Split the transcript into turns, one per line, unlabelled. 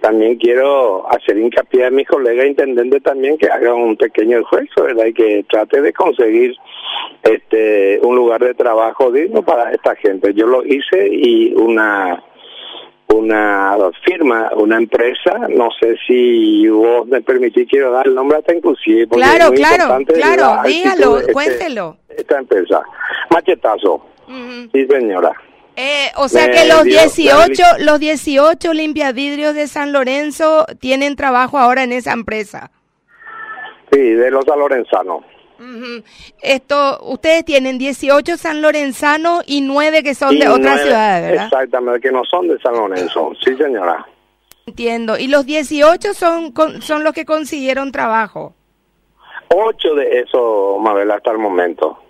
también quiero hacer hincapié a mis colegas intendentes también que hagan un pequeño esfuerzo, ¿verdad? Y que trate de conseguir este un lugar de trabajo digno para esta gente. Yo lo hice y una una firma, una empresa, no sé si vos me permitís, quiero dar el nombre hasta inclusive. Porque
claro,
es muy
claro,
importante
claro,
la
dígalo,
actitud de este-
cuéntelo.
Esta empresa, Machetazo,
Ujú.
sí señora.
Eh, o sea
Me
que los
dio la
18, los 18 limpiavidrios de San Lorenzo tienen trabajo ahora en esa empresa.
Sí, de los alorenzanos.
Ujú. Esto, ustedes tienen 18 sanlorenzanos y 9 que son
Y
de otras
nueve-
ciudades, ¿verdad?
Exactamente, que no son de San Lorenzo, sí señora.
Entiendo. Y los 18 son, con- son los que consiguieron trabajo.
Ocho de esos, Mabel, hasta el momento.